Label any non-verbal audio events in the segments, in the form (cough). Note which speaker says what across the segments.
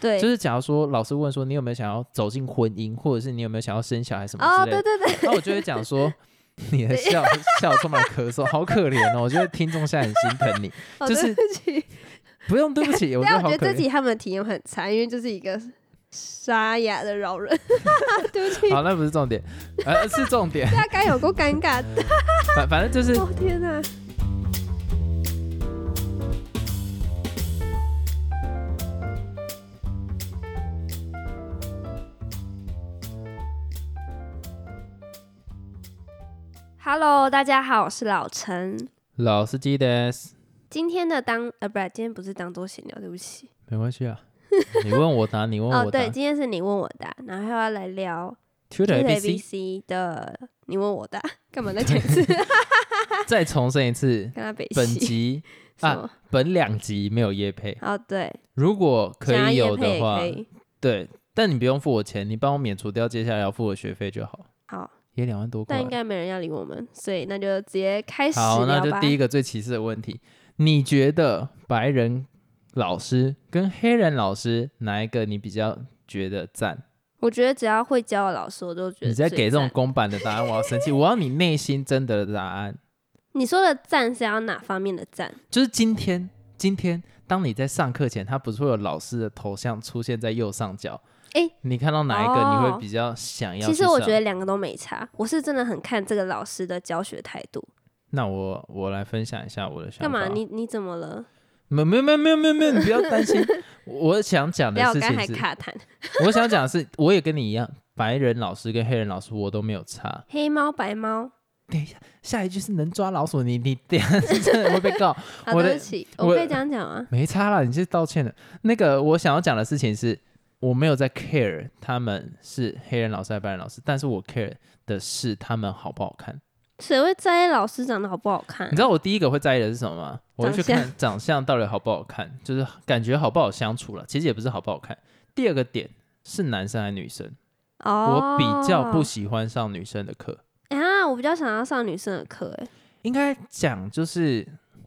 Speaker 1: 对，
Speaker 2: 就是假如说老师问说你有没有想要走进婚姻，或者是你有没有想要生小孩什么
Speaker 1: 哦，
Speaker 2: 之
Speaker 1: 对
Speaker 2: 类的，
Speaker 1: 对
Speaker 2: (laughs)
Speaker 1: 对，
Speaker 2: 那我就会讲说。你的笑笑充满咳嗽，好可怜哦！我觉得听众现在很心疼你，
Speaker 1: 哦
Speaker 2: 就
Speaker 1: 对
Speaker 2: 是
Speaker 1: 不起。
Speaker 2: 不用对不起， (laughs) 我觉
Speaker 1: 但
Speaker 2: 得
Speaker 1: 我
Speaker 2: 好
Speaker 1: 觉得
Speaker 2: 可
Speaker 1: 这
Speaker 2: 怜。
Speaker 1: 集他们的体验很差，因为就是一个沙哑的饶人， (laughs) 对不起，
Speaker 2: 好，那不是重点，呃，是重点，
Speaker 1: 大家有够尴尬
Speaker 2: (laughs)
Speaker 1: 的。
Speaker 2: 反反正
Speaker 1: (laughs)
Speaker 2: 就是
Speaker 1: 哦天哪！Hello，大家好，我是老陈。
Speaker 2: 老司机的，
Speaker 1: 今天的当呃，不是，今天不是当做闲聊，对不起。
Speaker 2: 没
Speaker 1: (laughs)
Speaker 2: 关系啊。你问我答，你问
Speaker 1: 哦，
Speaker 2: 我啊答
Speaker 1: 对，。今天是你问我答，然后要来聊
Speaker 2: Tutor
Speaker 1: A
Speaker 2: A B
Speaker 1: B
Speaker 2: C，
Speaker 1: C 的你问我答，干嘛再讲一次？
Speaker 2: 再重申一次，
Speaker 1: 啊跟他北 (laughs)
Speaker 2: 本
Speaker 1: 西
Speaker 2: 集
Speaker 1: 什
Speaker 2: 啊
Speaker 1: 么，
Speaker 2: 本两集没有叶配，
Speaker 1: 哦，对，
Speaker 2: 如果可
Speaker 1: 想要
Speaker 2: 以
Speaker 1: 业
Speaker 2: 有
Speaker 1: 配也
Speaker 2: 的话
Speaker 1: 可，以。
Speaker 2: 对，但你不用付我钱，你帮我免除掉接下来要付的学费就好，
Speaker 1: 好，
Speaker 2: 也两万多块
Speaker 1: 但应。该没人要理我们，所以那就直接开始
Speaker 2: 好，那
Speaker 1: 聊
Speaker 2: 就
Speaker 1: 吧。
Speaker 2: 第一个最歧视的问题，你觉得白人老师跟黑人老师哪一个你比较觉得赞？
Speaker 1: 我觉得只要会教的老师，我都觉得
Speaker 2: 你在
Speaker 1: 最
Speaker 2: 给这种
Speaker 1: 赞
Speaker 2: 公版的答案，我要生气，我要你内心真的的答案。
Speaker 1: 你说的赞是要哪方面的赞？
Speaker 2: 就是今天，今天当你在上课前，他不是会有老师的头像出现在右上角？
Speaker 1: 诶
Speaker 2: 你看到哪一个
Speaker 1: 哦
Speaker 2: 你会比较想要
Speaker 1: 其
Speaker 2: 去上？
Speaker 1: 实我觉得两个都没差，我是真的很看这个老师的教学态度。
Speaker 2: 那我我来分享一下我的想法。
Speaker 1: 干嘛？你你怎么了？
Speaker 2: 没没没没没没，你不要担
Speaker 1: (laughs)
Speaker 2: 心。我想讲的
Speaker 1: 不要，我
Speaker 2: 事
Speaker 1: 刚才还
Speaker 2: 情是，
Speaker 1: 卡痰。
Speaker 2: 我想讲的是，我也跟你一样，白人老师跟黑人老师我都没有差。
Speaker 1: 黑猫白猫，
Speaker 2: 下一句是能抓老鼠，你你等一下真的会被告，
Speaker 1: 好，
Speaker 2: 我的
Speaker 1: 对不起，我
Speaker 2: 我
Speaker 1: 可以这样讲啊。
Speaker 2: 没差啦，你是道歉的。那个我想要讲的事情是，我没有在 care 他们是黑人老师还是白人老师，但是我 care 的是他们好不好
Speaker 1: 嗯
Speaker 2: 看。
Speaker 1: 谁会在意老师长得好不好看
Speaker 2: 你？知道我第一个会在意的是什么吗？我会去
Speaker 1: 长
Speaker 2: 看长相到底好不好看，就是感觉好不好相处了。其实也不是好不好看。第二个点是男生还是女生，
Speaker 1: 哦，
Speaker 2: 我比较不喜欢上女生的课。
Speaker 1: 啊，我比较想要上女生的课，哎，
Speaker 2: 应该讲就是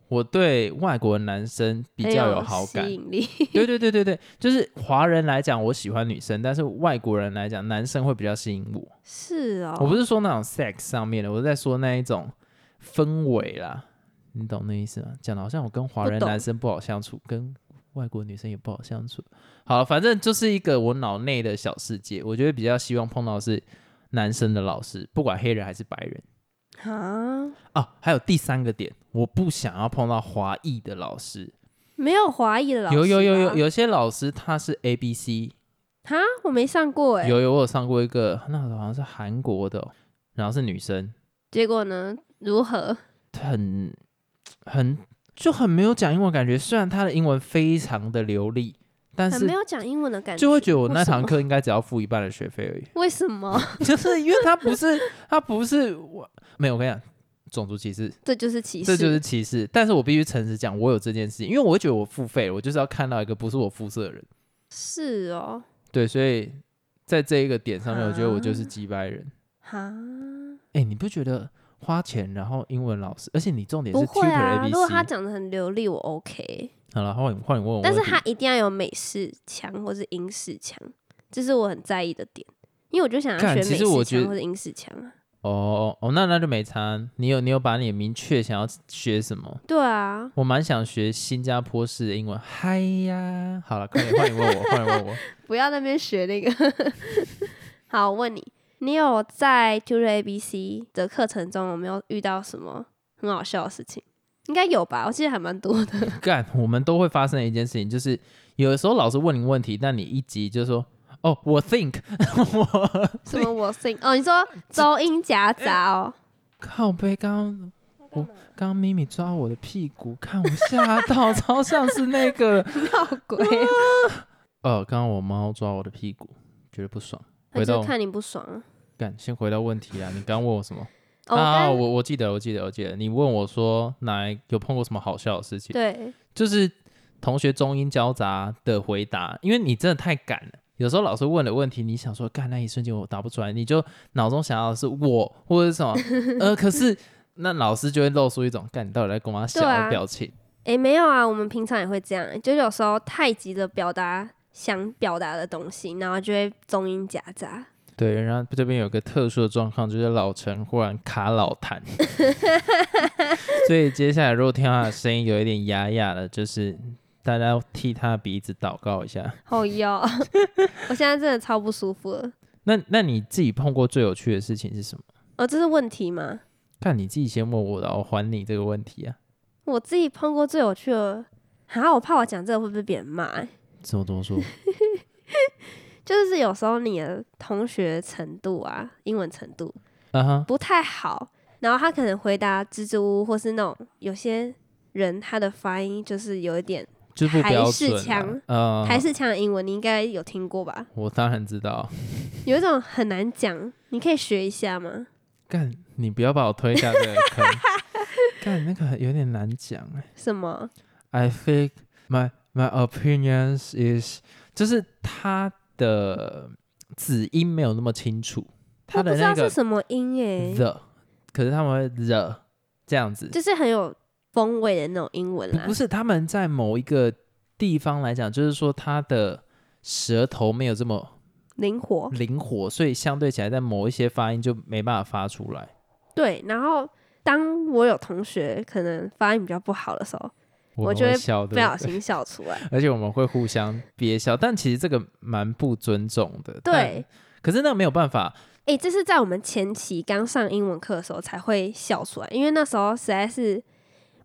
Speaker 2: 我对外国男生比较
Speaker 1: 哎很
Speaker 2: 有好感
Speaker 1: 吸。引力。 (laughs)
Speaker 2: 对对对对对，就是华人来讲我喜欢女生，但是外国人来讲男生会比较吸引我。
Speaker 1: 是哦，
Speaker 2: 我不是说那种 sex 上面的，我是在说那一种氛围啦，你懂那意思吗？讲的好像我跟华
Speaker 1: 不
Speaker 2: 人
Speaker 1: 懂
Speaker 2: 男生不好相处，跟外国女生也不好相处。好，反正就是一个我脑内的小世界。我觉得比较希望碰到的是男生的老师，不管黑人还是白人
Speaker 1: 啊，
Speaker 2: 哦。还有第三个点，我不想要碰到华裔的老师。
Speaker 1: 没有华裔的老师吧，啊
Speaker 2: 有有有有有些老师他是 A B C，
Speaker 1: 哈，我没上过哎，
Speaker 2: 有有我有上过一个，那好像是韩国的哦、然后是女生，
Speaker 1: 结果呢如何？
Speaker 2: 很很就很没有讲英文感觉。虽然他的英文非常的流利，但
Speaker 1: 很
Speaker 2: 是
Speaker 1: 没有讲英文的感觉，
Speaker 2: 就会觉得我那
Speaker 1: 为什
Speaker 2: 堂
Speaker 1: 么
Speaker 2: 课应该只要付一半的学费而已。 (laughs)
Speaker 1: 为什么？ (laughs)
Speaker 2: 就是因为他不是他不是我没有我跟你讲种族歧视，
Speaker 1: 这就是歧视，
Speaker 2: 这就是歧视。但是我必须诚实讲，我有这件事情，因为我会觉得我付费了，我就是要看到一个不是我肤色的人。
Speaker 1: 是哦，
Speaker 2: 对，所以在这一个点上面，我觉得我就是
Speaker 1: 啊
Speaker 2: 几百人。
Speaker 1: 哈，
Speaker 2: 哎、你不觉得花钱然后英文老师，而且你重点是
Speaker 1: 不会
Speaker 2: tutor
Speaker 1: 啊，
Speaker 2: A
Speaker 1: 如
Speaker 2: B
Speaker 1: 果他
Speaker 2: C。
Speaker 1: 讲的很流利，我 OK，
Speaker 2: 好了，换你换你问我问题。
Speaker 1: 但是他一定要有美式腔或是英式腔，这是我很在意的点。因为我就想要
Speaker 2: 干
Speaker 1: 学美
Speaker 2: 其实我
Speaker 1: 式
Speaker 2: 觉得
Speaker 1: 腔或者英式腔啊，
Speaker 2: 哦哦，那那就没差。你有你有把你明确想要学什么？
Speaker 1: 对啊，
Speaker 2: 我蛮想学新加坡式的英文。嗨呀，好了，快点换你问我，换你问我。
Speaker 1: 不要那边学那个。 (laughs) 好，我问你，你有在 Tutor ABC 的课程中有没有遇到什么很好笑的事情？应该有吧，我记得还蛮多的。
Speaker 2: (laughs) 干，我们都会发生的一件事情，就是有的时候老师问你问题，但你一急就说哦，我 think，我
Speaker 1: 什么我 think 哦，你说周音夹杂
Speaker 2: (laughs)
Speaker 1: 哦，
Speaker 2: 靠背刚刚我刚刚咪咪抓我的屁股，看我吓到， (laughs) 超像是那个。
Speaker 1: 闹鬼，啊
Speaker 2: 呃，刚刚我猫抓我的屁股，觉得不爽。
Speaker 1: 他
Speaker 2: 回
Speaker 1: 就
Speaker 2: 到
Speaker 1: 是看你不爽啊。
Speaker 2: 干，先回到问题啦。你刚问我什么？
Speaker 1: 哦，
Speaker 2: 啊，
Speaker 1: 但
Speaker 2: 我我记得，我记得，我记得。你问我说哪一有碰过什么好笑的事情？
Speaker 1: 对，
Speaker 2: 就是同学中英交杂的回答，因为你真的太赶了。有时候老师问的问题，你想说干那一瞬间我答不出来，你就脑中想要的是我或者是
Speaker 1: (laughs)
Speaker 2: 什么，呃，可是那老师就会露出一种干你到底在跟我妈小
Speaker 1: 对
Speaker 2: 的
Speaker 1: 啊
Speaker 2: 表情。
Speaker 1: 诶，没有啊，我们平常也会这样、就有时候太急着表达想表达的东西，然后就会中英夹杂。
Speaker 2: 对，然后这边有个特殊的状况，就是老陈忽然卡老
Speaker 1: (laughs)
Speaker 2: 痰，所以接下来如果听到他的声音有一点哑哑的，就是大家替他的鼻子祷告一下。
Speaker 1: 好哦哟， (laughs) 我现在真的超不舒服了。
Speaker 2: 那那你自己碰过最有趣的事情是什么？
Speaker 1: 哦，这是问题吗？
Speaker 2: 看你自己先问我，然后哦还你这个问题啊。
Speaker 1: 我自己碰过最有趣的，啊，我怕我讲这个会被别人骂、欸。
Speaker 2: 怎么怎么说？
Speaker 1: 就是有时候你的同学程度啊，英文程度
Speaker 2: 啊哈，
Speaker 1: 不太好，然后他可能回答支支吾吾，或是那种有些人他的发音就是有一点
Speaker 2: 就是不标
Speaker 1: 台式
Speaker 2: 准、啊
Speaker 1: 腔。
Speaker 2: 呃，
Speaker 1: 台式腔的英文，你应该有听过吧？
Speaker 2: 我当然知道。
Speaker 1: 有一种很难讲，你可以学一下吗？
Speaker 2: 干，你不要把我推下这个
Speaker 1: (laughs)
Speaker 2: 坑。干，那个有点难讲哎、
Speaker 1: 什么？
Speaker 2: I think my my opinions is，就是他的子音没有那么清楚，他
Speaker 1: 我不
Speaker 2: 的
Speaker 1: 知
Speaker 2: 那
Speaker 1: 道
Speaker 2: 个
Speaker 1: 是什么音诶、
Speaker 2: the，可是他们会 the 这样子，
Speaker 1: 就是啊很有风味的那种英文
Speaker 2: 不
Speaker 1: 啦。
Speaker 2: 不是他们在某一个地方来讲，就是说他的舌头没有这么
Speaker 1: 灵活，
Speaker 2: 灵活，所以相对起来在某一些发音就没办法发出来。
Speaker 1: 对。然后当我有同学可能发音比较不好的时候，我
Speaker 2: 们
Speaker 1: 就
Speaker 2: 会
Speaker 1: 会
Speaker 2: 笑
Speaker 1: 不
Speaker 2: 对
Speaker 1: 小
Speaker 2: 不对，
Speaker 1: 心笑出
Speaker 2: (laughs)
Speaker 1: 来。
Speaker 2: 而且我们会互相憋笑，但其实这个蛮不尊重的。
Speaker 1: 对，
Speaker 2: 但，可是那个没有办法，
Speaker 1: 诶、这是在我们前期刚上英文课的时候才会笑出来，因为那时候实在是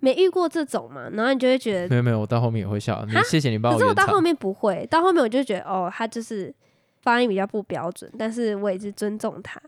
Speaker 1: 没遇过这种嘛，然后你就会觉得，
Speaker 2: 没有没有，我到后面也会笑。你
Speaker 1: 哈
Speaker 2: 谢谢你帮
Speaker 1: 可
Speaker 2: 我
Speaker 1: 是我
Speaker 2: 圆
Speaker 1: 到后
Speaker 2: 场。
Speaker 1: 面不会，到后面我就觉得，哦，他就是发音比较不标准，但是我也是尊重他。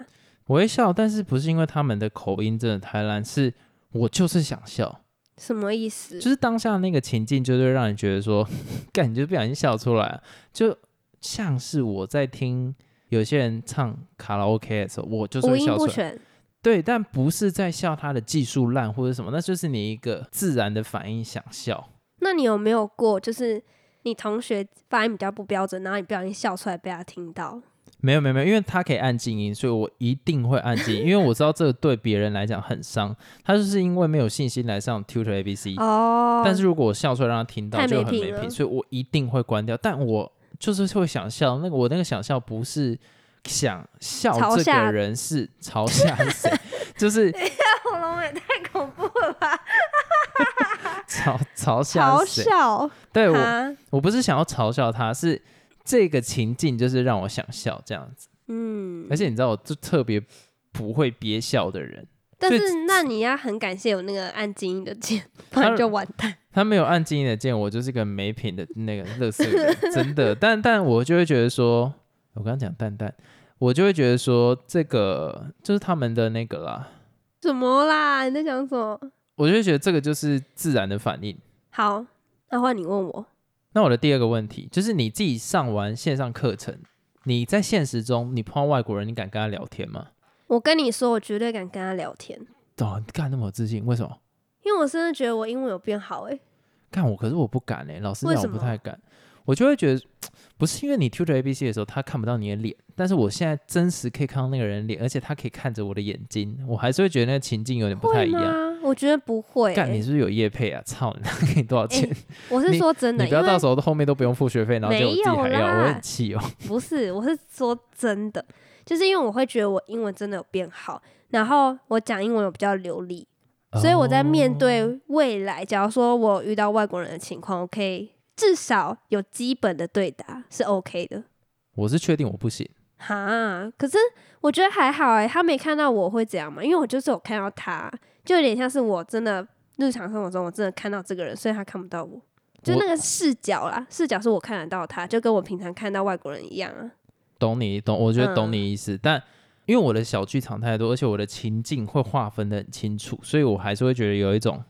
Speaker 2: 我会笑，但是不是因为他们的口音真的太烂，是我就是想笑，
Speaker 1: 什么意思？
Speaker 2: 就是当下那个情境，就会让你觉得说， (laughs) 干你就不小心笑出来啊，就像是我在听有些人唱卡拉 OK 的时候，我就是
Speaker 1: 五
Speaker 2: 会
Speaker 1: 音
Speaker 2: 笑
Speaker 1: 不
Speaker 2: 出来。
Speaker 1: 全，
Speaker 2: 对，但不是在笑他的技术烂或者什么，那就是你一个自然的反应想笑。
Speaker 1: 那你有没有过，就是你同学发音比较不标准，然后你不小心笑出来被他听 (laughs) 到？
Speaker 2: 没有没有没有，因为他可以按静音，所以我一定会按静音，因为我知道这对别人来讲很伤。他就是因为没有信心来上 Tutor ABC，、
Speaker 1: 哦，
Speaker 2: 但是如果我笑出来让他听到
Speaker 1: 太
Speaker 2: 就
Speaker 1: 没
Speaker 2: 很
Speaker 1: 品
Speaker 2: 没品，
Speaker 1: 了
Speaker 2: 所以我一定会关掉。但我就是会想笑，那个我那个想笑不是想笑
Speaker 1: 嘲
Speaker 2: 这个
Speaker 1: 笑
Speaker 2: 人，是嘲笑谁， (laughs)
Speaker 1: (laughs)
Speaker 2: 就是
Speaker 1: 恐龙也太恐怖了
Speaker 2: (laughs)
Speaker 1: 吧？
Speaker 2: 嘲嘲笑
Speaker 1: 嘲
Speaker 2: 谁。
Speaker 1: 笑
Speaker 2: 对我，
Speaker 1: 他，
Speaker 2: 我不是想要嘲笑他，是这个情境就是让我想笑这样子。
Speaker 1: 嗯
Speaker 2: 而，且你知道，我就特别不会憋笑的人。
Speaker 1: 但
Speaker 2: 所以
Speaker 1: 是那你要很感谢有那个按静音的
Speaker 2: (laughs)
Speaker 1: 键，不
Speaker 2: 他
Speaker 1: 然就完蛋。
Speaker 2: 他没有按静音的键，我就是个没品的那个乐色人，真 (laughs) 的。但但我就会觉得说，我刚刚讲蛋蛋，我就会觉得说，这个就是他们的那个啦，
Speaker 1: 什么啦？你在讲什么？
Speaker 2: 我就会觉得这个就是自然的反应。
Speaker 1: 好，那换你问我。
Speaker 2: 那我的第二个问题就是，你自己上完线上课程，你在现实中你碰到外国人，你敢跟他聊天吗？
Speaker 1: 我跟你说，我绝对敢跟他聊天，
Speaker 2: 哦，你干那么有自信，为什么？
Speaker 1: 因为我真的觉得我英文有变好诶、欸
Speaker 2: 干我，可是我不敢哎、老师
Speaker 1: 为
Speaker 2: 讲我
Speaker 1: 什
Speaker 2: 不
Speaker 1: 么
Speaker 2: 太敢，我就会觉得不是因为你 tutor ABC 的时候他看不到你的脸，但是我现在真实可以看到那个人的脸，而且他可以看着我的眼睛，我还是会觉得那个情境有点不太
Speaker 1: 会
Speaker 2: 一样。
Speaker 1: 吗？我觉得不会、
Speaker 2: 干，你
Speaker 1: 欸。
Speaker 2: 是不是有业配啊？操你，他给你多少钱？
Speaker 1: 我是
Speaker 2: 你
Speaker 1: 说真的，
Speaker 2: 你不要
Speaker 1: 哎因为
Speaker 2: 到时候后面都不用付学费，然后就我自己还
Speaker 1: 没有
Speaker 2: 要，我
Speaker 1: 啦
Speaker 2: 很气哦。
Speaker 1: 不是，我是说真的，就是因为我会觉得我英文真的有变好，然后我讲英文有比较流利，所以我在面
Speaker 2: 哦
Speaker 1: 对未来，假如说我遇到外国人的情况，我可以至少有基本的对答是 OK 的。
Speaker 2: 我是确定我不行，
Speaker 1: 哈，可是我觉得还好哎、他没看到我会怎样嘛，因为我就是有看到他，就有点像是我真的日常生活中我真的看到这个人，所以他看不到我，就
Speaker 2: 我
Speaker 1: 那个视角啦，视角是我看得到他，就跟我平常看到外国人一样啊。
Speaker 2: 懂你懂，我觉得懂
Speaker 1: 嗯
Speaker 2: 你意思，但。因为我的小剧场太多，而且我的情境会划分的很清楚，所以我还是会觉得有一种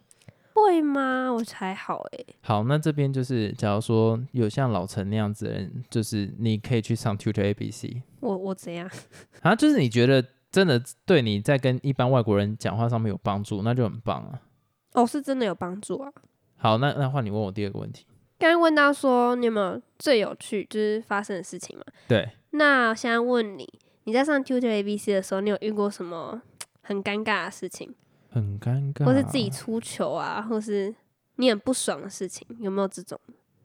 Speaker 1: 会吗？我还好哎、
Speaker 2: 好，那这边就是，假如说有像老陈那样子的人，就是你可以去上 Tutor ABC
Speaker 1: 我我怎样？
Speaker 2: 啊，就是你觉得真的对你在跟一般外国人讲话上面有帮助，那就很棒啊。
Speaker 1: 哦，是真的有帮助啊。
Speaker 2: 好，那那换你问我第二个问题。
Speaker 1: 刚刚问到说你有没有最有趣就是发生的事情嘛？
Speaker 2: 对，
Speaker 1: 那现在问你，你在上 Tutor ABC 的时候，你有遇过什么很尴尬的事情，
Speaker 2: 很尴尬，
Speaker 1: 或是自己出啊糗啊，或是你很不爽的事情，有没有这种？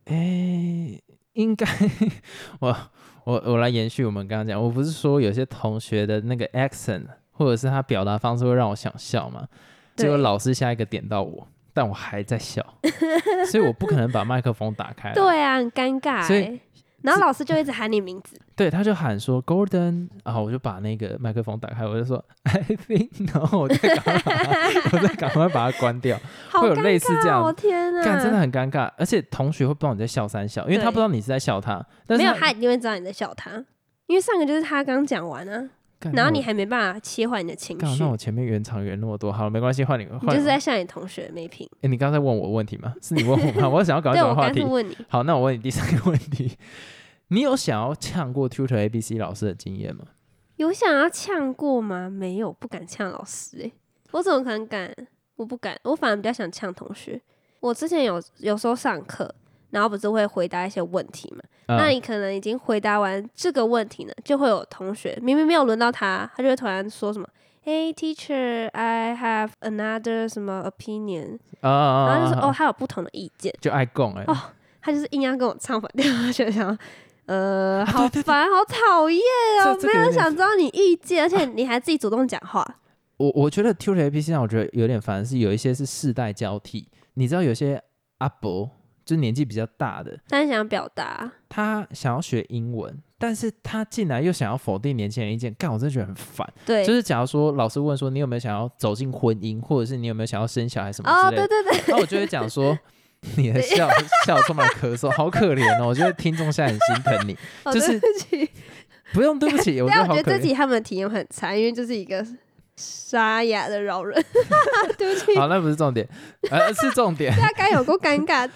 Speaker 2: 哎、应该 (laughs) 我我我来延续我们刚刚讲，我不是说有些同学的那个 accent 或者是他表达方式会让我想笑吗？结果
Speaker 1: 对
Speaker 2: 老师下一个点到我，但我还在
Speaker 1: (laughs)
Speaker 2: 笑，所以我不可能把麦克风打开。，
Speaker 1: 对啊，很尴尬、
Speaker 2: 所以
Speaker 1: 欸。然后老师就一直喊你名
Speaker 2: (laughs)
Speaker 1: 字，
Speaker 2: 对，他就喊说 Golden，然后我就把那个麦克风打开，我就说 I think，然 (laughs) 后我再赶快把它我再赶快把它关掉，
Speaker 1: 好
Speaker 2: 会有
Speaker 1: 尴
Speaker 2: 类似
Speaker 1: 尬
Speaker 2: 这样
Speaker 1: 哦！天哪，
Speaker 2: 干真的很尴尬，而且同学会不知道你在笑三笑，因为他
Speaker 1: 对
Speaker 2: 不知道你是在笑他，但
Speaker 1: 没
Speaker 2: 是
Speaker 1: 有，他一定会知道你在笑他，因为上个就是他刚讲完啊，
Speaker 2: 干
Speaker 1: 然后
Speaker 2: 哎那
Speaker 1: 你
Speaker 2: 我
Speaker 1: 还没办法切换你的情
Speaker 2: 干
Speaker 1: 绪
Speaker 2: 那，我前面圆场圆那么多，好了，没关系，换你，换
Speaker 1: 你就是
Speaker 2: 哎
Speaker 1: 在笑你同学没品。、
Speaker 2: 诶你刚才问我问题吗？是你问我吗？我想要搞一
Speaker 1: 对，
Speaker 2: 转
Speaker 1: 我
Speaker 2: 话
Speaker 1: 刚
Speaker 2: 题
Speaker 1: 是。问你，
Speaker 2: 好，那我问你第三个问题，你有想要呛过 Tutor ABC 老师的经验吗？
Speaker 1: 有想要呛过吗？没有，不敢呛老师、欸。我怎么可能敢？我不敢，我反而比较想呛同学。我之前有有时候上课，然后不是会回答一些问题嘛？那
Speaker 2: 嗯
Speaker 1: 你可能已经回答完这个问题呢，就会有同学明明没有轮到他，他就会突然说什么。Hey teacher, I have another 什么 opinion，、
Speaker 2: 啊啊
Speaker 1: 然后就
Speaker 2: 啊
Speaker 1: 说哦，
Speaker 2: 啊啊，
Speaker 1: 他有不同的意见，
Speaker 2: 就爱供哎，
Speaker 1: 哦他就是硬要跟我唱反调，我就想，呃，
Speaker 2: 啊对
Speaker 1: 好
Speaker 2: 对对
Speaker 1: 烦，好讨厌
Speaker 2: 这
Speaker 1: 哦，
Speaker 2: 这
Speaker 1: 没
Speaker 2: 个有
Speaker 1: 有
Speaker 2: 点啊
Speaker 1: 想知道你意见，而且你还自己主动讲话，
Speaker 2: 我我觉得 Tutor ABC 让我觉得有点烦，是有一些是世代交替，你知道有些阿伯就是年纪比较大的，
Speaker 1: 但是想表达，
Speaker 2: 他想要学英文，但是他进来又想要否定年轻人意见，干我真的觉得很烦。
Speaker 1: 对，
Speaker 2: 就是假如说老师问说你有没有想要走进婚姻，或者是你有没有想要生小孩什么
Speaker 1: 哦，
Speaker 2: 之类
Speaker 1: 对
Speaker 2: 的，
Speaker 1: 对对，
Speaker 2: 那、我就会讲说。你的笑笑充满咳嗽，好可怜哦！我觉得听众现在很心疼你，
Speaker 1: 哦
Speaker 2: 就
Speaker 1: 对
Speaker 2: 是
Speaker 1: 不起，
Speaker 2: 不用对不起，我觉
Speaker 1: 但
Speaker 2: 得
Speaker 1: 我
Speaker 2: 好
Speaker 1: 觉
Speaker 2: 可
Speaker 1: 得自
Speaker 2: 怜。
Speaker 1: 己他们的体验会很差，因为就是一个沙哑的饶
Speaker 2: (laughs)
Speaker 1: 人，对不起，
Speaker 2: 好，那不是重点，呃，是重点。
Speaker 1: 大家有够尴尬，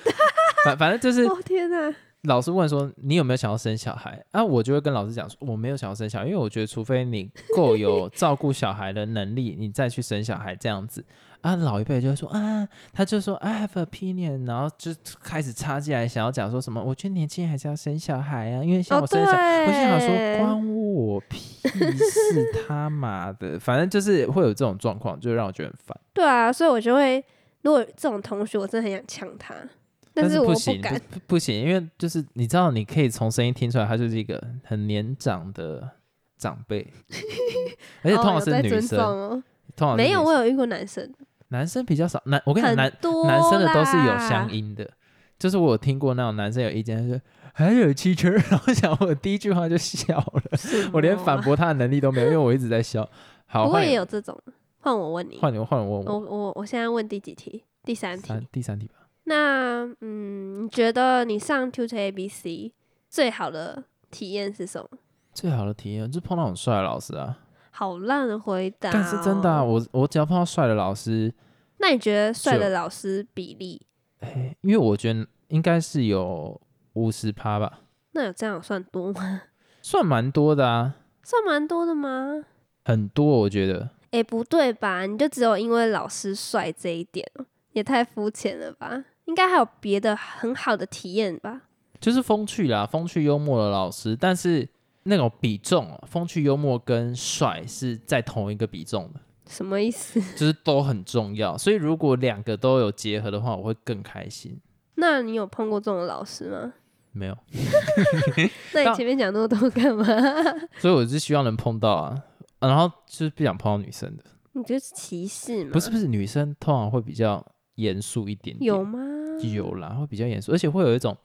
Speaker 2: 反反正就是
Speaker 1: 哦天哪，
Speaker 2: 老师问说你有没有想要生小孩啊？我就会跟老师讲说我没有想要生小孩，因为我觉得除非你够有照顾小孩的能力，你再去生小孩这样子啊。老一辈就会说啊，他就说 I have opinion，然后就开始插进来，想要讲说什么？我觉得年轻人还是要生小孩啊，因为像
Speaker 1: 哦
Speaker 2: 我
Speaker 1: 对
Speaker 2: 生小孩，我就想说关我屁事 (laughs) 他妈的，反正就是会有这种状况，就让我觉得很烦。
Speaker 1: 对啊，所以我就会，如果这种同学，我真的很想呛他，但
Speaker 2: 是
Speaker 1: 我
Speaker 2: 不
Speaker 1: 不
Speaker 2: 行，
Speaker 1: 敢，
Speaker 2: 不不行，因为就是你知道，你可以从声音听出来，她就是一个很年长的长
Speaker 1: (laughs)
Speaker 2: 辈，而且
Speaker 1: 哦
Speaker 2: 通常
Speaker 1: 有在
Speaker 2: 是女
Speaker 1: 尊重
Speaker 2: 生，
Speaker 1: 哦，
Speaker 2: 通常是
Speaker 1: 没有，
Speaker 2: 女
Speaker 1: 我
Speaker 2: 生
Speaker 1: 有遇过男生，
Speaker 2: 男生比较少。男，我跟你讲，
Speaker 1: 很
Speaker 2: 男
Speaker 1: 多
Speaker 2: 男生的都是有
Speaker 1: 啦
Speaker 2: 乡音的，就是我有听过那种男生有意见，他说还有汽车， (laughs) 然后想我第一句话就笑了，
Speaker 1: 什
Speaker 2: (laughs) 我连
Speaker 1: 么
Speaker 2: 反驳他的能力都没有，因为我一直在笑。好，
Speaker 1: 不过
Speaker 2: 换
Speaker 1: 也
Speaker 2: 你
Speaker 1: 有哦这种。换我问你，
Speaker 2: 换你换我问
Speaker 1: 我
Speaker 2: 我
Speaker 1: 我我现在问第几题？第三题。
Speaker 2: 三第三题吧。
Speaker 1: 那嗯，你觉得你上 Tutor ABC 最好的体验是什么？
Speaker 2: 最好的体验就是碰到很帅的老师啊，
Speaker 1: 好烂的回答、哦
Speaker 2: 但是真的啊，。我我只要碰到帅的老师，
Speaker 1: 那你觉得帅
Speaker 2: 是
Speaker 1: 的老师比例，
Speaker 2: 哎，因为我觉得应该是有五十趴吧，
Speaker 1: 那有这样算多吗？ (laughs)
Speaker 2: 算蛮多的啊，
Speaker 1: 算蛮多的吗？
Speaker 2: 很多我觉得。
Speaker 1: 哎、不对吧？你就只有因为老师帅这一点哦，也太肤浅了吧？应该还有别的很好的体验吧？
Speaker 2: 就是风趣啦，风趣幽默的老师，但是那种比重哦，风趣幽默跟帅是在同一个比重的，
Speaker 1: 什么意思？
Speaker 2: 就是都很重要。所以如果两个都有结合的话，我会更开心。
Speaker 1: 那你有碰过这种老师吗？
Speaker 2: 没有，
Speaker 1: 那
Speaker 2: 当
Speaker 1: 你前面讲那么多 (laughs) 干嘛？
Speaker 2: 所以我是希望能碰到啊，啊然后就是不想碰到女生的，
Speaker 1: 你觉得是歧视吗？
Speaker 2: 不是不是，女生通常会比较严肃一点点，
Speaker 1: 有吗？
Speaker 2: 有啦，会比较严肃，而且会有一种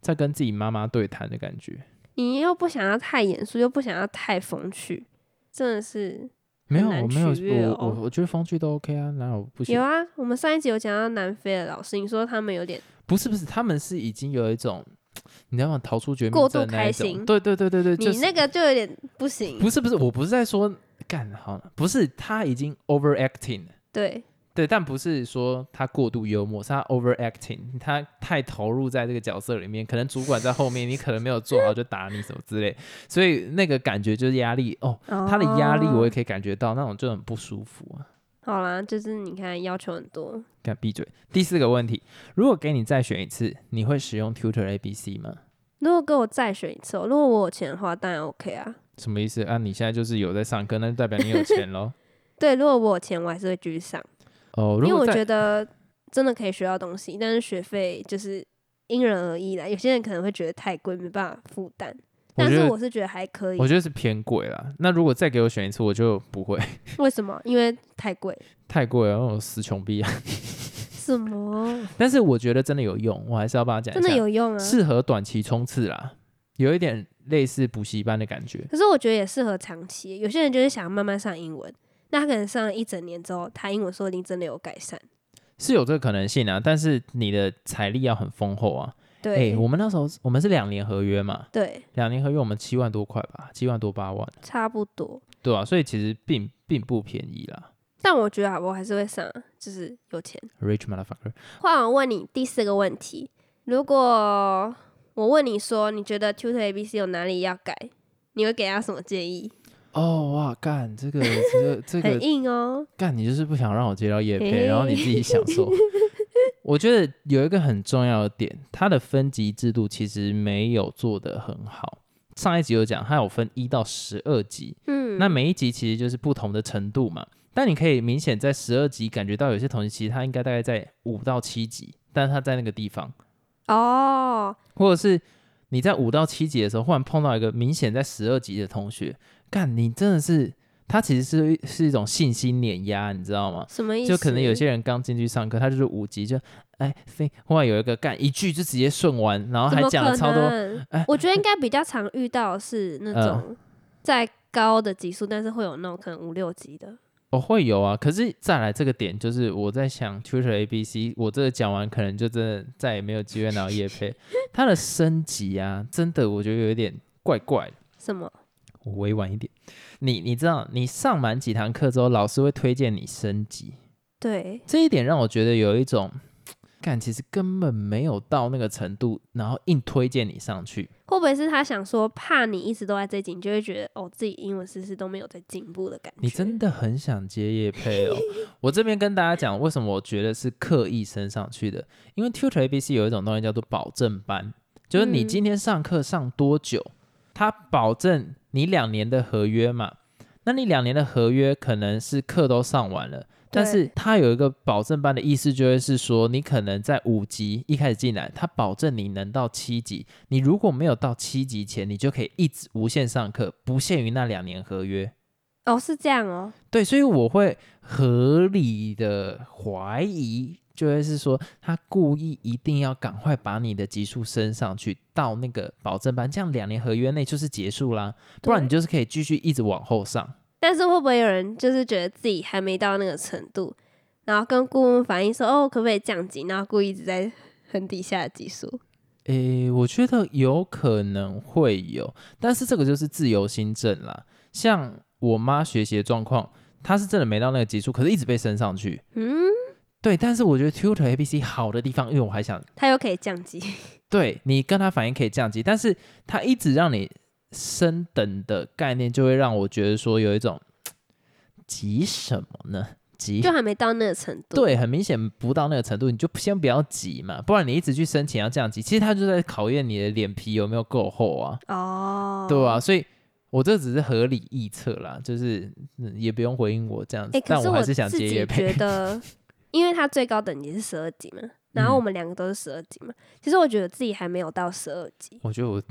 Speaker 2: 在跟自己妈妈对谈的感觉。
Speaker 1: 你又不想要太严肃，又不想要太风趣，真的是
Speaker 2: 没有，
Speaker 1: 很难
Speaker 2: 我没有，
Speaker 1: 取悦
Speaker 2: 我
Speaker 1: 哦
Speaker 2: 我我觉得风趣都 OK 啊，哪有不行？
Speaker 1: 有啊。我们上一集有讲到南非的老师，你说他们有点
Speaker 2: 不是不是，他们是已经有一种，你知道吗？逃出绝
Speaker 1: 过
Speaker 2: 命
Speaker 1: 度
Speaker 2: 镇那
Speaker 1: 开
Speaker 2: 一种。
Speaker 1: 心
Speaker 2: 对对对对对，就是
Speaker 1: 你那个就有点不行。
Speaker 2: 不是不是，我不是在说干好了，不是他已经 overacting 了。
Speaker 1: 对，
Speaker 2: 对，但不是说他过度幽默，是他 overacting，他太投入在这个角色里面，可能主管在后面，你可能没有做好就打你什么之类，所以那个感觉就是压力哦，他
Speaker 1: 他
Speaker 2: 的压力我也可以感觉到，那种就很不舒服啊。
Speaker 1: 好啦，就是你看要求很多，
Speaker 2: 干闭嘴。第四个问题，如果给你再选一次，你会使用 Tutor ABC 吗？
Speaker 1: 如果给我再选一次、哦，如果我有钱的话，当然 OK 啊。
Speaker 2: 什么意思啊？你现在就是有在上课，那就代表你有
Speaker 1: (laughs)
Speaker 2: 钱喽。
Speaker 1: 对，如果我有钱，我还是会继续上，
Speaker 2: 哦，
Speaker 1: 因
Speaker 2: 如
Speaker 1: 为
Speaker 2: 果
Speaker 1: 我
Speaker 2: 再
Speaker 1: 觉得真的可以学到东西，但是学费就是因人而异啦。有些人可能会觉得太贵，没办法负担，
Speaker 2: 我
Speaker 1: 但
Speaker 2: 觉
Speaker 1: 是
Speaker 2: 得
Speaker 1: 我是觉得还可以
Speaker 2: 我。觉得是偏贵啦。那如果再给我选一次，我就不会
Speaker 1: 为什么？因为太贵。
Speaker 2: 太贵了，因为我死穷逼啊。
Speaker 1: 什么？
Speaker 2: 但是我觉得真的有用，我还是要帮他讲一
Speaker 1: 真
Speaker 2: 下，
Speaker 1: 的有用啊！
Speaker 2: 适合短期冲刺啦，有一点类似补习班的感觉。
Speaker 1: 可是我觉得也适合长期。有些人就是想慢慢上英文，那他可能上了一整年之后，他英文说不定真的有改善。
Speaker 2: 是有这个可能性啊，但是你的财力要很丰厚啊。哎、
Speaker 1: 对、
Speaker 2: 我们那时候我们是两年合约嘛，
Speaker 1: 对，
Speaker 2: 两年合约我们七万多块吧，七万多八万，
Speaker 1: 差不多。
Speaker 2: 对啊，所以其实并并不便宜啦。
Speaker 1: 但我觉得啊我还是会上，就是有钱。
Speaker 2: Rich motherfucker，
Speaker 1: 换我问你第四个问题：如果我问你说你觉得 Tutor ABC 有哪里要改，你会给他什么建议？
Speaker 2: 哦哇，干这个这个这
Speaker 1: 很
Speaker 2: 个
Speaker 1: 硬哦，
Speaker 2: 干，你就是不想让我接到叶配，
Speaker 1: 嘿
Speaker 2: 然后你自己享
Speaker 1: (laughs)
Speaker 2: 受。我觉得有一个很重要的点，它的分级制度其实没有做得很好。上一集有讲，它有分一到十二级，
Speaker 1: 嗯，
Speaker 2: 那每一集其实就是不同的程度嘛。但你可以明显在十二级感觉到有些同学其实他应该大概在五到七级，但是他在那个地方，
Speaker 1: 哦，
Speaker 2: 或者是你在五到七级的时候，忽然碰到一个明显在十二级的同学，干你真的是他其实是是一种信心碾压，你知道吗？
Speaker 1: 什么意思？
Speaker 2: 就可能有些人刚进去上课，他就是五级就哎飞，忽然有一个干一句就直接顺完，然后
Speaker 1: 怎
Speaker 2: 还
Speaker 1: 么
Speaker 2: 讲
Speaker 1: 可
Speaker 2: 了超多，
Speaker 1: 能
Speaker 2: 哎呃
Speaker 1: 我觉得应该比较常遇到的是那种在高的级数，但是会有那种可能五六级的。
Speaker 2: 我、会有啊。可是再来这个点，就是我在想 Tutor A B C，我这个讲完可能就真的再也没有机会拿到叶配，它的升级啊，真的我觉得有一点怪怪的。
Speaker 1: 什么？
Speaker 2: 我委婉一点，你你知道，你上满几堂课之后，老师会推荐你升级，
Speaker 1: 对，
Speaker 2: 这一点让我觉得有一种，干其实根本没有到那个程度，然后硬推荐你上去。
Speaker 1: 会不会是他想说，怕你一直都在这级，你就会觉得哦，自己英文知识都没有在进步的感觉？
Speaker 2: 你真的很想接叶配
Speaker 1: (laughs)
Speaker 2: 哦！我这边跟大家讲，为什么我觉得是刻意升上去的，因为 Tutor ABC 有一种东西叫做保证班，就是你
Speaker 1: 嗯
Speaker 2: 今天上课上多久，它保证你两年的合约嘛。那你两年的合约可能是课都上完了，但是它有一个保证班的意思，就会是说你可能在五级一开始进来，它保证你能到七级，你如果没有到七级前，你就可以一直无限上课，不限于那两年合约。
Speaker 1: 哦，是这样哦，
Speaker 2: 对，所以我会合理的怀疑，就会是说他故意一定要赶快把你的级数升上去到那个保证班，这样两年合约内就是结束啦，不然
Speaker 1: 对
Speaker 2: 你就是可以继续一直往后上。
Speaker 1: 但是会不会有人就是觉得自己还没到那个程度，然后跟顾问反映说哦，可不可以降级，然后故意一直在很底下的级数？
Speaker 2: 诶，我觉得有可能会有，但是这个就是自由心证啦。像我妈学习的状况，她是真的没到那个级数，可是一直被升上去。
Speaker 1: 嗯，
Speaker 2: 对，但是我觉得 Tutor ABC 好的地方，因为我还想
Speaker 1: 他又可以降级，
Speaker 2: 对你跟他反应可以降级，但是他一直让你升等的概念，就会让我觉得说有一种嘖急什么呢？急
Speaker 1: 就还没到那个程度。，
Speaker 2: 对，很明显不到那个程度，你就先不要急嘛，不然你一直去申请要降级，其实他就在考验你的脸皮有没有够厚啊，
Speaker 1: 哦，
Speaker 2: 对啊，所以。我这只是合理臆测啦，就是、嗯也不用回应我这样子，
Speaker 1: 哎、
Speaker 2: 但
Speaker 1: 可是
Speaker 2: 我还是想
Speaker 1: 自
Speaker 2: 接
Speaker 1: 己觉
Speaker 2: 叶配。
Speaker 1: 得，因为他最高等级是十二级嘛，然
Speaker 2: 嗯
Speaker 1: 后我们两个都是十二级嘛，其实我觉得自己还没有到十二级，
Speaker 2: (laughs) 我觉得我
Speaker 1: (laughs)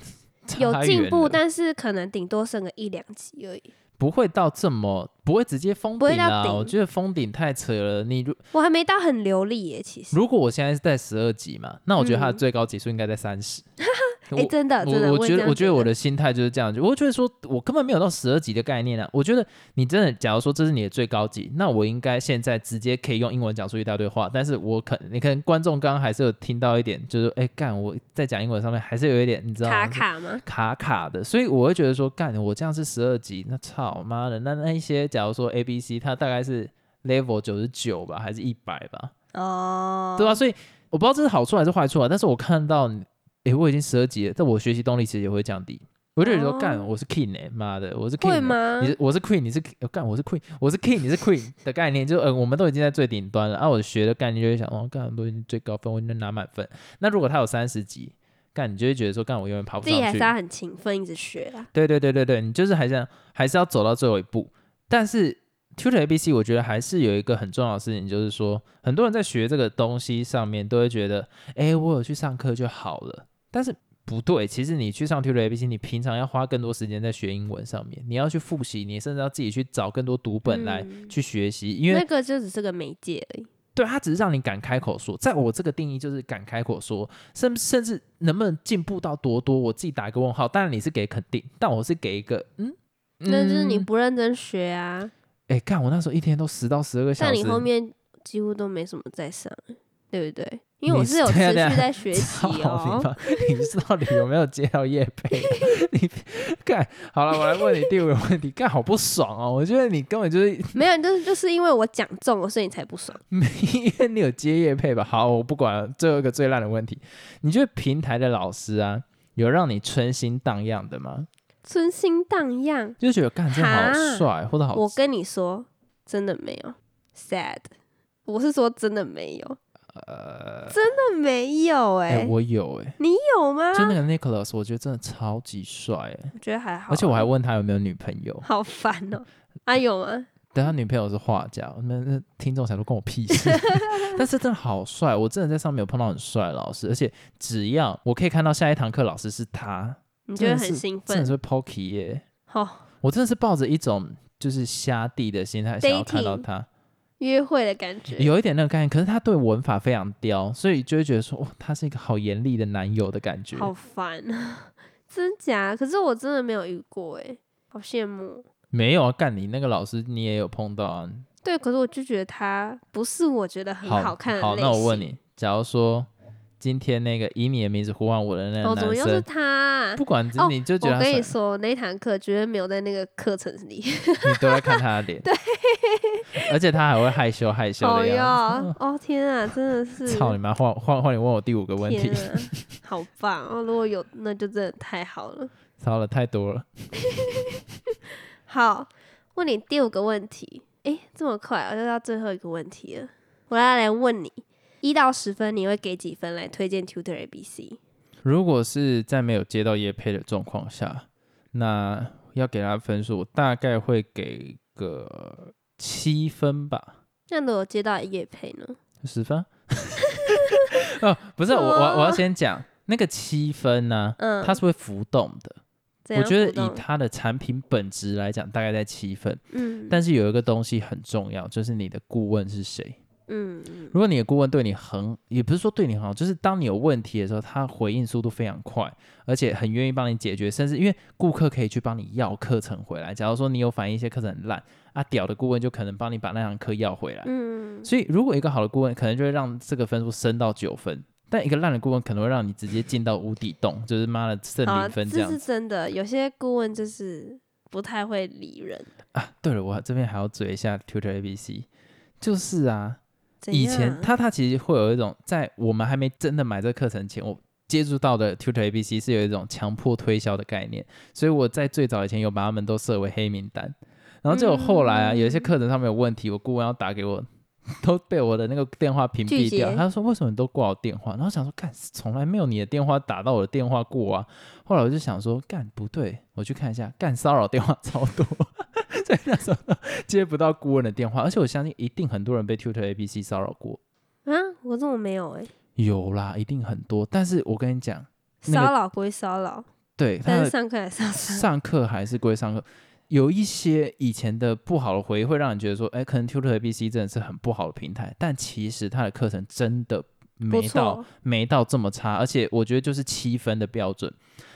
Speaker 1: 有
Speaker 2: 差
Speaker 1: 进
Speaker 2: 远
Speaker 1: 步，
Speaker 2: 了
Speaker 1: 但是可能顶多升个一两级而已。
Speaker 2: 不会到这么不会直接封
Speaker 1: 不会
Speaker 2: 顶啦、
Speaker 1: 到顶
Speaker 2: 我觉得封顶太扯了。你如
Speaker 1: 我还没到很流利耶，其实。
Speaker 2: 如果我现在是在十二级嘛，那我觉得它的
Speaker 1: 嗯
Speaker 2: 最高级数应该在
Speaker 1: (laughs)
Speaker 2: 三十、
Speaker 1: 哎、
Speaker 2: 我
Speaker 1: 真的，真的，
Speaker 2: 我
Speaker 1: 也
Speaker 2: 我觉
Speaker 1: 这
Speaker 2: 得
Speaker 1: 样
Speaker 2: 我觉得我的心态就是这样，我觉得说我根本没有到十二级的概念啊。我觉得你真的，假如说这是你的最高级，那我应该现在直接可以用英文讲出一大堆话。但是我可你可能观众刚刚还是有听到一点，就是哎干我在讲英文上面还是有一点你知道吗
Speaker 1: 卡卡吗？
Speaker 2: 卡卡的，所以我会觉得说，干我这样是十二级，那操妈的，那那一些假如说 A B C，它大概是 level 九十九吧，还是一百吧？
Speaker 1: 哦，
Speaker 2: 对啊，所以我不知道这是好处还是坏处啊。但是我看到你，诶、我已经十二级了，但我学习动力其实也会降低。我就觉得说，
Speaker 1: 哦
Speaker 2: 干、我是 king 哎、妈的，我是 king，
Speaker 1: 会
Speaker 2: 欸、
Speaker 1: 吗
Speaker 2: 你？是我是 queen，你是 king，呃干、我是 queen，我是 king，你是 queen 的概念，就嗯、呃我们都已经在最顶端了。啊，我学的概念就会想，哦，干，我都已经最高分，我应该拿满分。那如果他有三十级，干，你就会觉得说，干，我永远爬不
Speaker 1: 自
Speaker 2: 上
Speaker 1: 己还
Speaker 2: 去
Speaker 1: 是。要很勤奋，一直学啊。
Speaker 2: 对对对对对，你就是还是要还是要走到最后一步。但是 Tutor ABC，我觉得还是有一个很重要的事情，就是说，很多人在学这个东西上面都会觉得，哎，我有去上课就好了。但是不对，其实你去上 Tutor ABC，你平常要花更多时间在学英文上面，你要去复习，你甚至要自己去找更多读本来
Speaker 1: 嗯
Speaker 2: 去学习，因为
Speaker 1: 那个就只是个媒介而已。
Speaker 2: 对他只是让你敢开口说，在我这个定义就是敢开口说，甚甚至能不能进步到多多，我自己打一个问号。当然你是给肯定，但我是给一个嗯，
Speaker 1: 那就是你
Speaker 2: 嗯
Speaker 1: 不认真学啊，
Speaker 2: 哎，看、我那时候一天都十到十二个小
Speaker 1: 但
Speaker 2: 时，
Speaker 1: 你后面几乎都没什么在上，对不对？因为我
Speaker 2: 你
Speaker 1: 是有持
Speaker 2: 对啊
Speaker 1: 续
Speaker 2: 对啊
Speaker 1: 在学习
Speaker 2: (laughs) 操你
Speaker 1: 哦。
Speaker 2: 妈！你到底有没有接到叶
Speaker 1: (laughs)
Speaker 2: 配啊？你干好了，我来问你第五个问题，干好不爽哦！我觉得你根本就是
Speaker 1: 没有，就是就是因为我讲中了，所以你才不爽。
Speaker 2: 没，因为你有接业配吧？好，我不管了。最后一个最烂的问题，你觉得平台的老师啊，有让你春心荡漾的吗？
Speaker 1: 春心荡漾，
Speaker 2: 就觉得干这好
Speaker 1: 哈
Speaker 2: 帅，或者好
Speaker 1: 我跟你说，真的没有，sad。我是说真的没有，
Speaker 2: 呃，
Speaker 1: 真的没有哎、
Speaker 2: 哎、我有哎、
Speaker 1: 你有吗？
Speaker 2: 就那个 Nicholas，我觉得真的超级帅哎、
Speaker 1: 我觉得还好啊，
Speaker 2: 而且我还问他有没有女朋友，
Speaker 1: 好烦哦、啊，有吗？
Speaker 2: 但他女朋友是画家，那那听众想说关我屁
Speaker 1: (laughs)
Speaker 2: 事。但是真的好帅，我真的在上面有碰到很帅的老师，而且只要我可以看到下一堂课老师是他，
Speaker 1: 你觉得
Speaker 2: 真的
Speaker 1: 很
Speaker 2: 是
Speaker 1: 兴
Speaker 2: 真
Speaker 1: 奋？
Speaker 2: 的是会 pokey 耶、
Speaker 1: 好、
Speaker 2: 我真的是抱着一种就是瞎弟的心态想要看到
Speaker 1: Dating
Speaker 2: 他，
Speaker 1: 约会的感觉。
Speaker 2: 有一点那个概念。可是他对文法非常刁，所以就会觉得说，哇，他是一个好严厉的男友的感觉。
Speaker 1: 好烦，啊真假？可是我真的没有遇过哎、好羡慕。哦
Speaker 2: 没有啊，干你那个老师，你也有碰到啊？
Speaker 1: 对，可是我就觉得他不是我觉得很
Speaker 2: 好
Speaker 1: 看的
Speaker 2: 好，
Speaker 1: 类
Speaker 2: 那我问
Speaker 1: 型，
Speaker 2: 你，假如说今天那个以你的名字呼唤我的那
Speaker 1: 哦，
Speaker 2: 个
Speaker 1: 怎么
Speaker 2: 男
Speaker 1: 又是
Speaker 2: 生，
Speaker 1: 他啊、
Speaker 2: 不管
Speaker 1: 哦
Speaker 2: 你就觉得
Speaker 1: 我
Speaker 2: 他
Speaker 1: 跟你
Speaker 2: 帅
Speaker 1: 说，那一堂课绝对没有在那个课程里。
Speaker 2: 你都在看他的
Speaker 1: (laughs)
Speaker 2: 脸，对，而且他还会害羞害羞
Speaker 1: 哦
Speaker 2: 的
Speaker 1: 哟，
Speaker 2: 样子。
Speaker 1: 哦天啊，真的是，
Speaker 2: (laughs) 操你妈！换换换你问我第五个问题 (laughs)
Speaker 1: 天，啊，好棒哦！如果有，那就真的太好了。
Speaker 2: 操了太多了。
Speaker 1: 好，问你第五个问题。诶，这么快，我就到最后一个问题了。我要来问你，一到十分，你会给几分来推荐 Tutor ABC？
Speaker 2: 如果是在没有接到业配的状况下，那要给他分数，我大概会给个七分吧，
Speaker 1: 那如果接到叶配呢？(laughs)
Speaker 2: 十分。哦，不是我我我要先讲那个七分呢、
Speaker 1: 嗯，
Speaker 2: 它是会浮动的。
Speaker 1: 怎
Speaker 2: 我
Speaker 1: 样
Speaker 2: 觉得
Speaker 1: 浮动
Speaker 2: 以它的产品本质来讲，大概在七分。
Speaker 1: 嗯，
Speaker 2: 但是有一个东西很重要，就是你的顾问是谁。
Speaker 1: 嗯嗯
Speaker 2: 如果你的顾问对你很，也不是说对你很好，就是当你有问题的时候，他回应速度非常快，而且很愿意帮你解决，甚至因为顾客可以去帮你要课程回来。假如说你有反映一些课程很烂啊，屌的顾问就可能帮你把那堂课要回来。
Speaker 1: 嗯，
Speaker 2: 所以如果一个好的顾问，可能就会让这个分数升到九分。但一个烂的顾问可能会让你直接进到无底洞，就是妈的剩
Speaker 1: 好啊，
Speaker 2: 零分这
Speaker 1: 这
Speaker 2: 样
Speaker 1: 是
Speaker 2: 子
Speaker 1: 真的。有些顾问就是不太会理人。
Speaker 2: 啊。对了，我这边还要嘴一下 Tutor ABC，就是啊，
Speaker 1: 怎
Speaker 2: 以前
Speaker 1: 样
Speaker 2: 他他其实会有一种，在我们还没真的买这个课程前，我接触到的 Tutor ABC 是有一种强迫推销的概念，所以我在最早以前有把他们都设为黑名单，然后就有后来啊，
Speaker 1: 嗯
Speaker 2: 有一些课程上面有问题，我顾问要打给我。都被我的那个电话屏
Speaker 1: 拒
Speaker 2: 蔽
Speaker 1: 绝
Speaker 2: 掉。他说：“为什么你都挂我电话？”然后想说：“干，从来没有你的电话打到我的电话过啊。”后来我就想说：“干，不对，我去看一下，干骚扰电话超多。” (laughs) 所以那时候都接不到顾问的电话，而且我相信一定很多人被 Tutor ABC 骚扰过。
Speaker 1: 啊？我怎么没有哎、
Speaker 2: 有啦，一定很多。但是我跟你讲，那个
Speaker 1: 骚扰归骚扰，
Speaker 2: 对他
Speaker 1: 但是
Speaker 2: 的
Speaker 1: 上课还是要上。
Speaker 2: 上课还是归上课，有一些以前的不好的回忆会让你觉得说，哎，可能 Tutor ABC 真的是很不好的平台，但其实它的课程真的
Speaker 1: 不
Speaker 2: 没到
Speaker 1: 错，
Speaker 2: 没到这么差，而且我觉得就是七分的标准。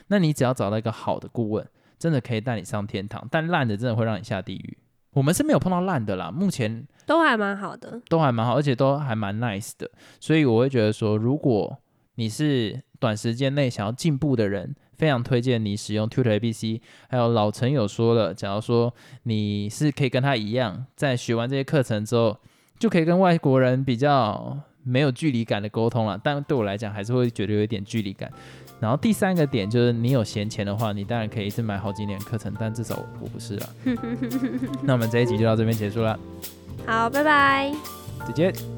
Speaker 2: 那你只要找到一个好的顾问，真的可以带你上天堂，但烂的真的会让你下地狱。我们是没有碰到烂的啦，目前
Speaker 1: 都还蛮好的。
Speaker 2: 都还蛮好，而且都还蛮 nice 的，所以我会觉得说，如果你是短时间内想要进步的人，非常推荐你使用 Tutor ABC。还有老陈有说了，假如说你是可以跟他一样，在学完这些课程之后，就可以跟外国人比较没有距离感的沟通了。但对我来讲，还是会觉得有一点距离感。然后第三个点就是，你有闲钱的话，你当然可以一次买好几年课程，但至少我不是啦。那我们这一集就到这边结束了，
Speaker 1: 好，拜拜。
Speaker 2: 再见。